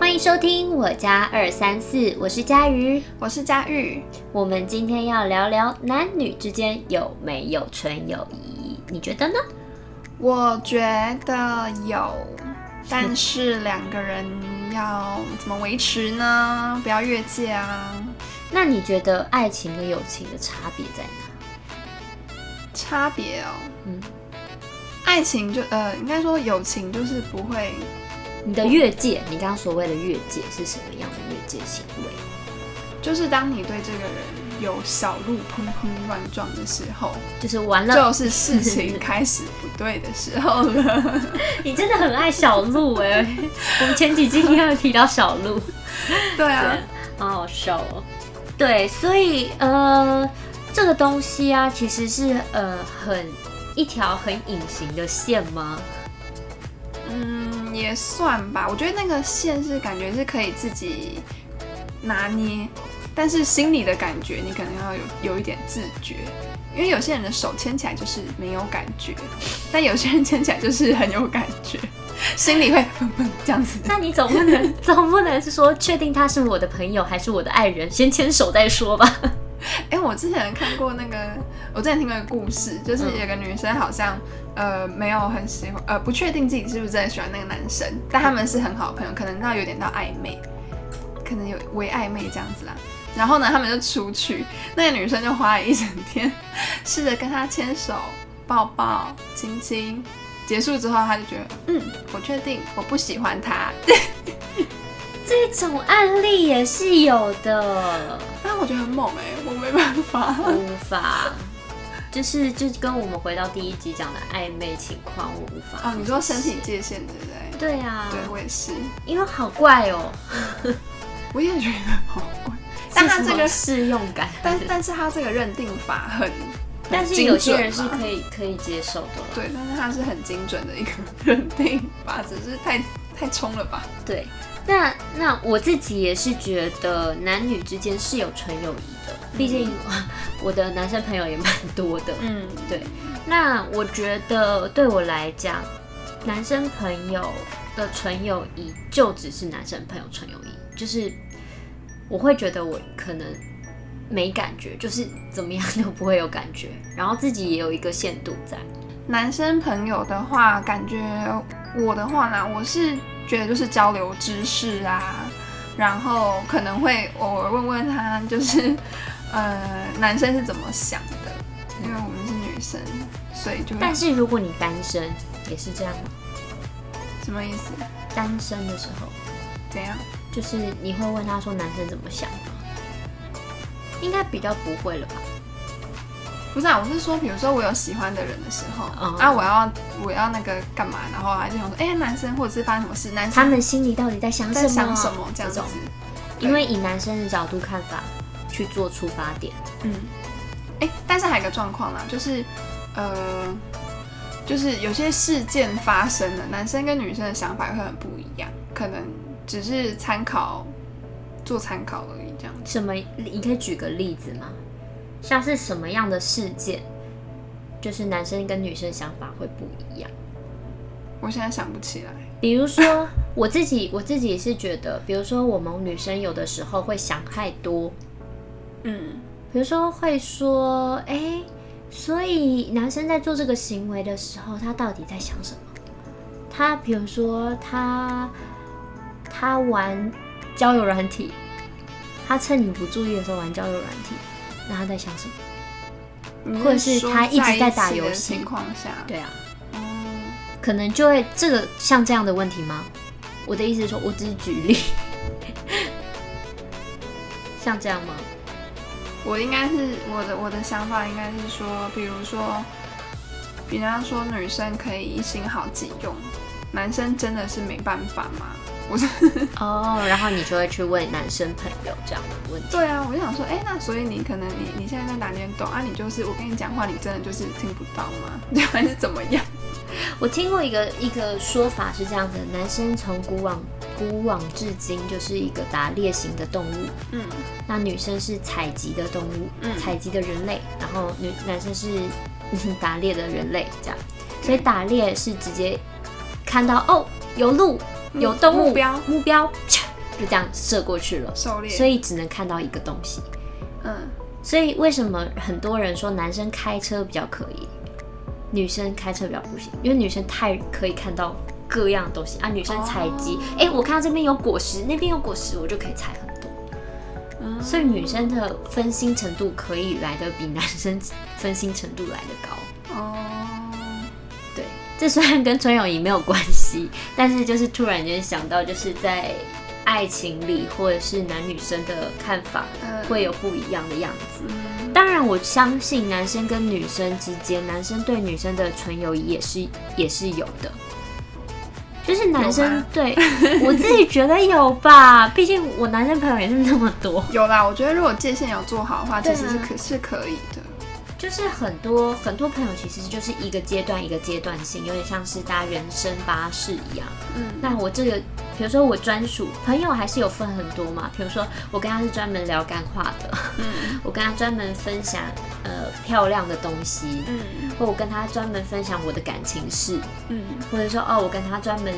欢迎收听我家二三四，我是佳瑜。我是佳玉，我们今天要聊聊男女之间有没有纯友谊，你觉得呢？我觉得有，但是两个人要怎么维持呢？不要越界啊！那你觉得爱情跟友情的差别在哪？差别哦，嗯，爱情就呃，应该说友情就是不会，你的越界，你刚刚所谓的越界是什么样的越界行为？就是当你对这个人有小鹿砰砰乱撞的时候，就是完了，就是事情开始不对的时候了。你真的很爱小鹿哎、我们前几集也有提到小鹿，对啊，好好笑哦。对，所以呃，这个东西啊，其实是呃很一条很隐形的线吗？嗯，也算吧。我觉得那个线是感觉是可以自己拿捏，但是心里的感觉你可能要有有一点自觉，因为有些人的手牵起来就是没有感觉，但有些人牵起来就是很有感觉，心里会砰砰这样子。那你总不能 总不能是说确定他是我的朋友还是我的爱人，先牵手再说吧？ 哎、我之前看过那个，我之前听过一个故事，就是有个女生好像呃没有很喜欢，呃不确定自己是不是真的喜欢那个男生，但他们是很好的朋友，可能到有点到暧昧，可能有微暧昧这样子啦。然后呢，他们就出去，那个女生就花了一整天试着跟他牵手、抱抱、亲亲。结束之后，他就觉得，嗯，我确定我不喜欢他。啊这种案例也是有的，但我觉得很猛哎、我没办法。无法。就是就跟我们回到第一集讲的暧昧情况，我无法。哦，你说身体界限对不对？对啊，对，我也是。因为好怪哦，我也觉得好 怪，但他这是什么个，适用感，但但是他这个认定法很，但很是精有些准人是嘛可以可以接受的啦。 对，但是他是很精准的一个 认定法，只是太太冲了吧？对，那那我自己也是觉得男女之间是有纯友谊的，毕竟我的男生朋友也蛮多的。嗯，对，那我觉得对我来讲，男生朋友的纯友谊就只是男生朋友纯友谊，就是我会觉得我可能没感觉，就是怎么样都不会有感觉，然后自己也有一个限度在。男生朋友的话，感觉我的话呢，我是觉得就是交流知识啊，然后可能会偶尔问问他，就是 呃，男生是怎么想的，因为我们是女生，所以就会但是如果你单身，也是这样吗？什么意思？单身的时候，怎样？就是你会问他说男生怎么想吗？应该比较不会了吧？不是啊，我是说，比如说我有喜欢的人的时候，哦啊，我要我要那个干嘛，然后啊就想说，哎、男生或者是发生什么事，男他生们心里到底在想什在么？啊想什么这样子种，对因为以男生的角度看法去做出发点，嗯，哎、但是还有一个状况啦，就是呃，就是有些事件发生了，男生跟女生的想法会很不一样，可能只是参考做参考而已，这样子。什么？你可以举个例子吗？像是什么样的事件，就是男生跟女生想法会不一样？我现在想不起来，比如说 我自己，我自己是觉得，比如说我们女生有的时候会想太多，嗯，比如说会说，哎、所以男生在做这个行为的时候，他到底在想什么？他比如说他他玩交友软体，他趁你不注意的时候玩交友软体，那他在想什么？你或者是说他一直在在打起的游戏情况下，对啊，嗯。可能就会这个像这样的问题吗？我的意思是说，我只是举例， 像这样吗？我应该是我的我的想法应该是说，比如说，比方说女生可以一心好几用，男生真的是没办法吗？我是哦，然后你就会去问男生朋友这样的问题。对啊，我就想说，哎、那所以你可能你你现在在打电动啊，你就是我跟你讲话，你真的就是听不到吗？ 就还是怎么样？我听过一个一个说法是这样的：男生从古往古往至今就是一个打猎型的动物，嗯那女生是采集的动物，嗯采集的人类，然后女男生是 打猎的人类，这样。所以打猎是直接看到哦，有鹿，有动物目标目标，啪就这样射过去了，狩猎，所以只能看到一个东西。嗯，所以为什么很多人说男生开车比较可以，女生开车比较不行？因为女生太可以看到各样的东西啊，女生采集哦，哎、我看到这边有果实，那边有果实，我就可以采很多。嗯所以女生的分心程度可以来的比男生分心程度来的高。哦，对，这虽然跟纯友谊没有关系，但是就是突然间想到，就是在爱情里或者是男女生的看法嗯会有不一样的样子。嗯当然，我相信男生跟女生之间，男生对女生的纯友谊也是也是有的。就是男有生吗 对我自己觉得有吧， 毕竟我男生朋友也是那么多，有啦，我觉得如果界限有做好的话，对其啊实是可是可以的。就是很多很多朋友其实就是一个阶段一个阶段性，有点像是大家人生巴士一样。嗯，那我这个，比如说我专属朋友还是有分很多嘛，比如说我跟他是专门聊干话的， 嗯我跟他专门分享呃漂亮的东西，嗯或我跟他专门分享我的感情事，嗯或者说哦我跟他专门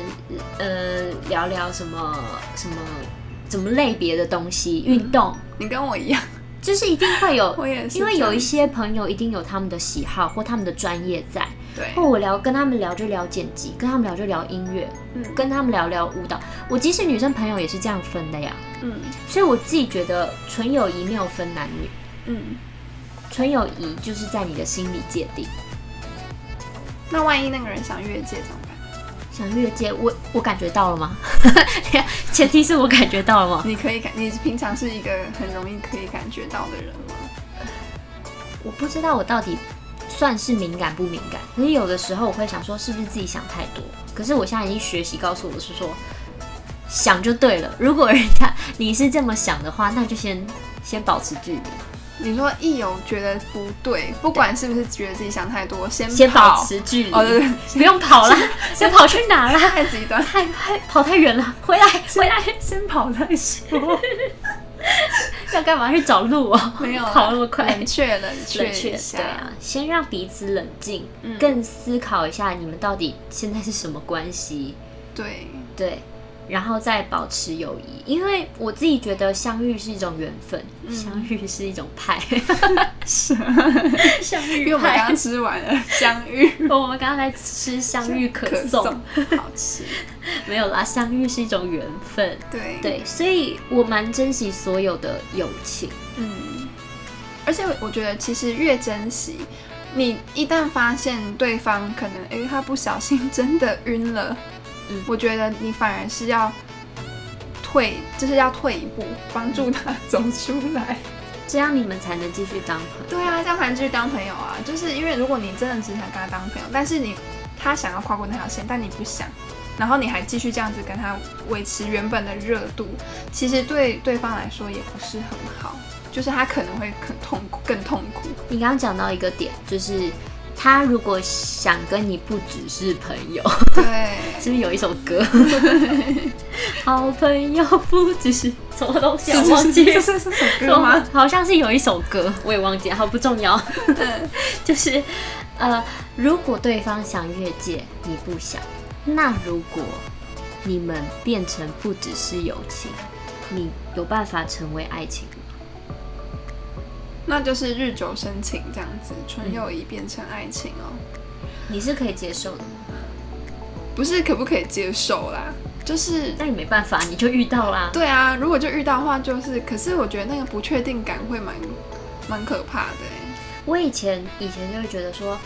呃聊聊什么什么怎么类别的东西，运动，你跟我一样，就是一定会有嗯 我。也是这因样，为有一些朋友一定有他们的喜好或他们的专业在，对或，我聊跟他们聊就聊剪辑，跟他们聊就聊音乐，嗯跟他们聊聊舞蹈。我即使女生朋友也是这样分的呀，嗯所以我自己觉得纯友谊没有分男女，嗯。纯友谊就是在你的心里界定。那万一那个人想越界怎么办？想越界，我我感觉到了吗？ 前提是我感觉到了吗？你可以感，你平常是一个很容易可以感觉到的人吗？我不知道我到底算是敏感不敏感，可是有的时候我会想说，是不是自己想太多？可是我现在已经学习告诉我是说，想就对了。如果人家你是这么想的话，那就先先保持距离。你说一有觉得不对，不管是不是觉得自己想太多，先先保跑。持距离。哦，对对，不用跑啦，先跑去哪啦？太极端。太太跑太远了，回来回来，先跑再说。 要干嘛？去找路哦？没有啊跑那么快，冷却冷却冷一却下，对啊，先让彼此冷静，嗯更思考一下你们到底现在是什么关系，对，对，然后再保持友谊。因为我自己觉得相遇是一种缘分，相遇是一种派，嗯 是，相因为遇我们刚派刚。吃完 了香芋我们刚才吃相遇可可颂，颂，好吃。没有啦，相遇是一种缘分。对，对，所以我蛮珍惜所有的友情。嗯。而且我觉得，其实越珍惜，你一旦发现对方可能，诶，他不小心真的晕了，嗯我觉得你反而是要退，就是要退一步，帮助他走出来。这样你们才能继续当朋友。对啊，像韩剧当朋友啊，就是因为如果你真的只想跟他当朋友，但是你他想要跨过那条线，但你不想，然后你还继续这样子跟他维持原本的热度，其实对对方来说也不是很好，就是他可能会很痛苦，更痛苦。你刚刚讲到一个点，就是他如果想跟你不只是朋友， 对，是不是有一首歌？ 好朋友不只是什么东西啊？是我忘记了这是这是首歌吗？好像是有一首歌，我也忘记了，好不重要。嗯 就是呃，如果对方想越界，你不想，那如果你们变成不只是友情，你有办法成为爱情吗？ 那就是日久生情这样子，纯友谊变成爱情哦，你是可以接受的吗，不是可不可以接受啦？就是但你没办法，你就遇到啦。对啊，如果就遇到的话，就是，可是我觉得那个不确定感会蛮蛮可怕的欸我以前以前就会觉得说。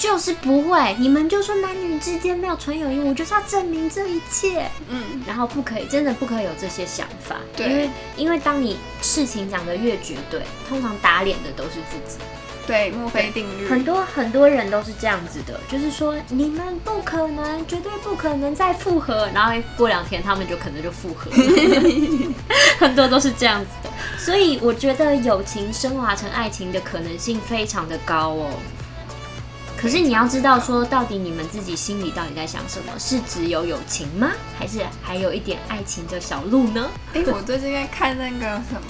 就是不会，你们就说男女之间没有纯友谊，我就是要证明这一切。嗯然后不可以，真的不可以有这些想法，对因为因为当你事情讲得越绝对，通常打脸的都是自己。，对，墨菲定律，很多很多人都是这样子的，就是说你们不可能，绝对不可能再复合，然后过两天他们就可能就复合 了，很多都是这样子的。所以我觉得友情升华成爱情的可能性非常的高哦。可是你要知道，说到底你们自己心里到底在想什么？是只有友情吗？还是还有一点爱情的小路呢？哎、我最近在看那个什么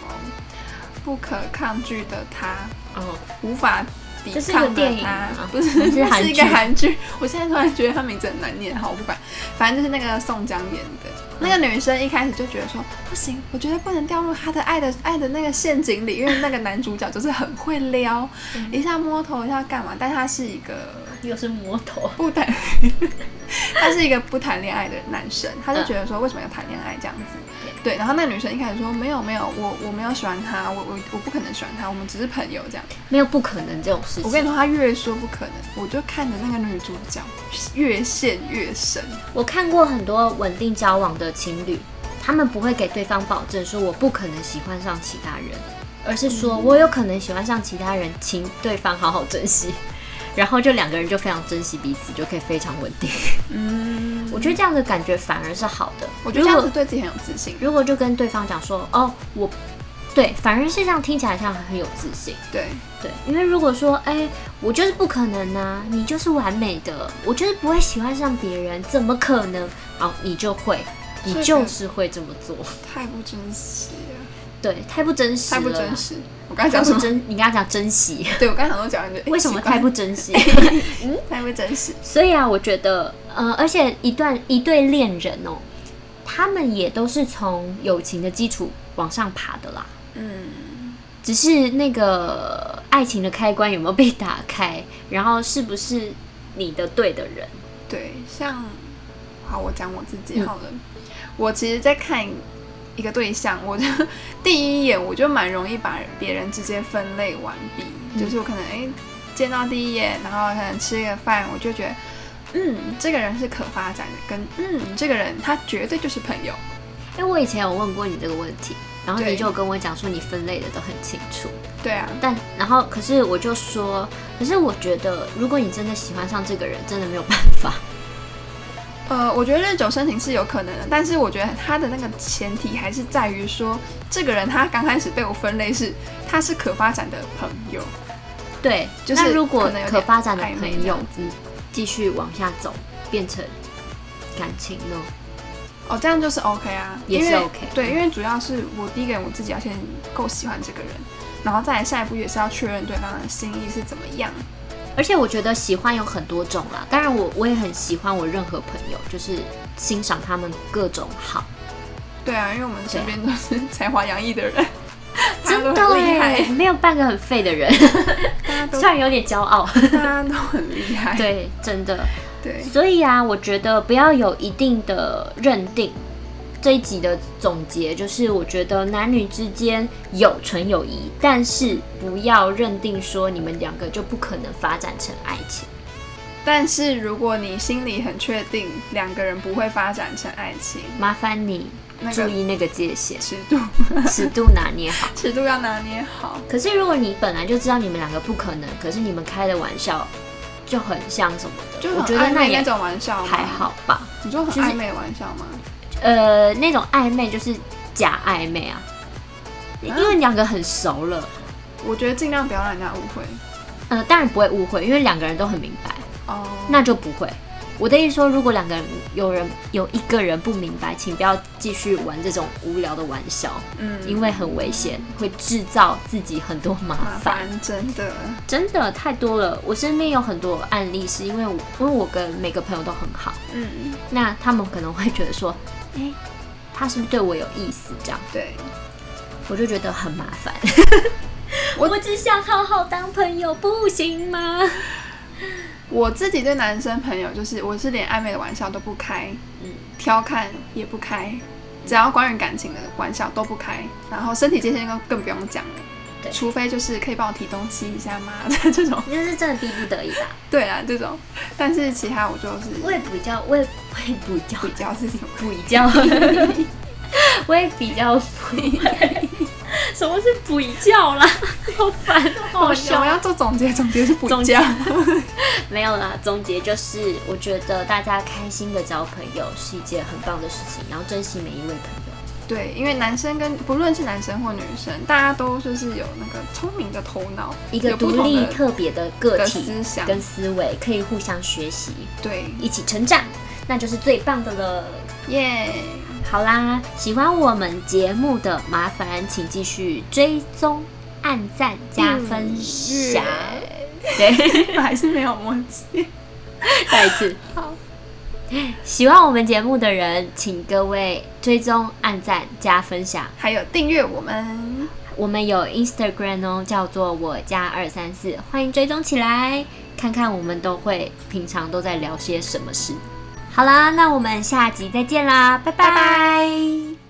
《不可抗拒的他哦，》，无法抵这是一抗个了电影他吗 不是，还是这韩是一个剧韩剧。 我现在突然觉得他名字很难念，好，我不管，反正就是那个宋江演的。嗯那个女生一开始就觉得说不行，我觉得不能掉入他的爱的爱的那个陷阱里，因为那个男主角就是很会撩，嗯一下摸头，一下干嘛，但他是一个又是魔头，不 谈，他是一个不谈恋爱的男生，他嗯就觉得说为什么要谈恋爱这样子？对，然后那个女生一开始说没有没有，我我没有喜欢他，我我我不可能喜欢他，我们只是朋友这样。没有不可能这种事情。我跟你说，他越说不可能，我就看着那个女主角越陷越深。我看过很多稳定交往的情侣，他们不会给对方保证说我不可能喜欢上其他人，而是说嗯我有可能喜欢上其他人，请对方好好珍惜。 然后就两个人就非常珍惜彼此，就可以非常稳定。嗯，我觉得这样的感觉反而是好的。我觉得这样如子果对自己很有自信。如果就跟对方讲说，哦，我对，反而是这样听起来像很有自信。对，对，因为如果说，哎、我就是不可能啊，你就是完美的，我就是不会喜欢上别人，怎么可能？哦，你就会，你这个就是会这么做，太不珍惜了，对，太不真实太了，不珍，惜。我刚才太讲什不 么？珍，你刚刚讲珍 惜，对我刚才想说讲一句，哎为什么奇怪太不珍 惜？太不珍惜？所以啊，我觉得，呃，而且一段一对恋人哦，他们也都是从友情的基础往上爬的啦，嗯，只是那个爱情的开关有没有被打开，然后是不是你的对的人。对，像好，我讲我自己好了。我其实，在看一个对象，我就第一眼我就蛮容易把别人直接分类完毕，嗯就是我可能哎、诶见到第一眼，然后可能吃个饭，我就觉得。嗯，这个人是可发展的，跟嗯，这个人他绝对就是朋友。因为哎我以前有问过你这个问题，然后你对就有跟我讲说你分类的都很清楚，对啊，但然后可是我就说，可是我觉得如果你真的喜欢上这个人，真的没有办 法。呃，我觉得日久生情是有可能的，但是我觉得他的那个前提还是在于说，这个人他刚开始被我分类是他是可发展的朋友。对，就是那如果可能有可点发展的暧昧朋友这样嗯继续往下走，变成感情呢？哦，这样就是 OK 啊，也因是为 OK 对，因为主要是我第一个人我自己要先够喜欢这个人，然后再来下一步也是要确认对方的心意是怎么样。而且我觉得喜欢有很多种啦，当然我我也很喜欢我任何朋友，就是欣赏他们各种 好。对啊，因为我们身边都是才华洋溢的人，大家啊真都的很哎，厉害，没有半个很废的 人，大家都虽然有点骄傲。大家都很厉害。对，真的。对所以啊，我觉得不要有一定的认定。这一集的总结就是，我觉得男女之间有纯友谊，但是不要认定说你们两个就不可能发展成爱情。但是如果你心里很确定两个人不会发展成爱情，麻烦你那注个意那个界限，尺度尺度拿捏好。尺度要拿捏好。可是如果你本来就知道你们两个不可能，可是你们开的玩笑就很像什么的，就我觉很得暧那昧也那种玩笑吗还，好吧。你说很就是暧昧的玩笑吗？呃，那种暧昧就是假暧昧啊，因为嗯两个很熟了，我觉得尽量不要让人家误会。呃，当然不会误会，因为两个人都很明白，哦，那就不会。我的意思说，如果两个人有人有一个人不明白，请不要继续玩这种无聊的玩笑，嗯因为很危险，会制造自己很多麻麻烦。烦，真的。真的太多了，我身边有很多案例，是因为我因为我跟每个朋友都很好，嗯，那他们可能会觉得说，哎、他是不是对我有意思？这样对，我就觉得很麻烦。我我只想好好当朋友，不行吗？ 我自己对男生朋友就是，我是连暧昧的玩笑都不开，嗯调侃也不开，只要关于感情的玩笑都不开，然后身体界限更更不用讲了。对除非就是可以帮我提东西一下吗？ 这种，那是真的逼不得已吧？对啊，这种。但是其他我就是我也比较，我也我也比较比较是什么？比较，我也比较比。什么是比较啦？好烦哦，好我我笑。要做总结，总结是不总结交。没有啦，总结就是，我觉得大家开心的交朋友是一件很棒的事情，然后珍惜每一位朋友。 对，因为男生跟不论是男生或女生，大家都就是有那个聪明的头脑，一个有不独同立的特别的个的体思想跟思维，可以互相学习，对，一起成长，那就是最棒的了。耶、好啦，喜欢我们节目的，麻烦请继续追踪、按赞、加分享。月对， 我 还是没有默契。再一次。好，喜欢我们节目的人，请各位追踪、按赞、加分享。还有订阅我们，我们有 Instagram 哦，叫做我家二三四，欢迎追踪起来，看看我们都会平常都在聊些什么事。好啦，那我们下集再见啦，拜拜拜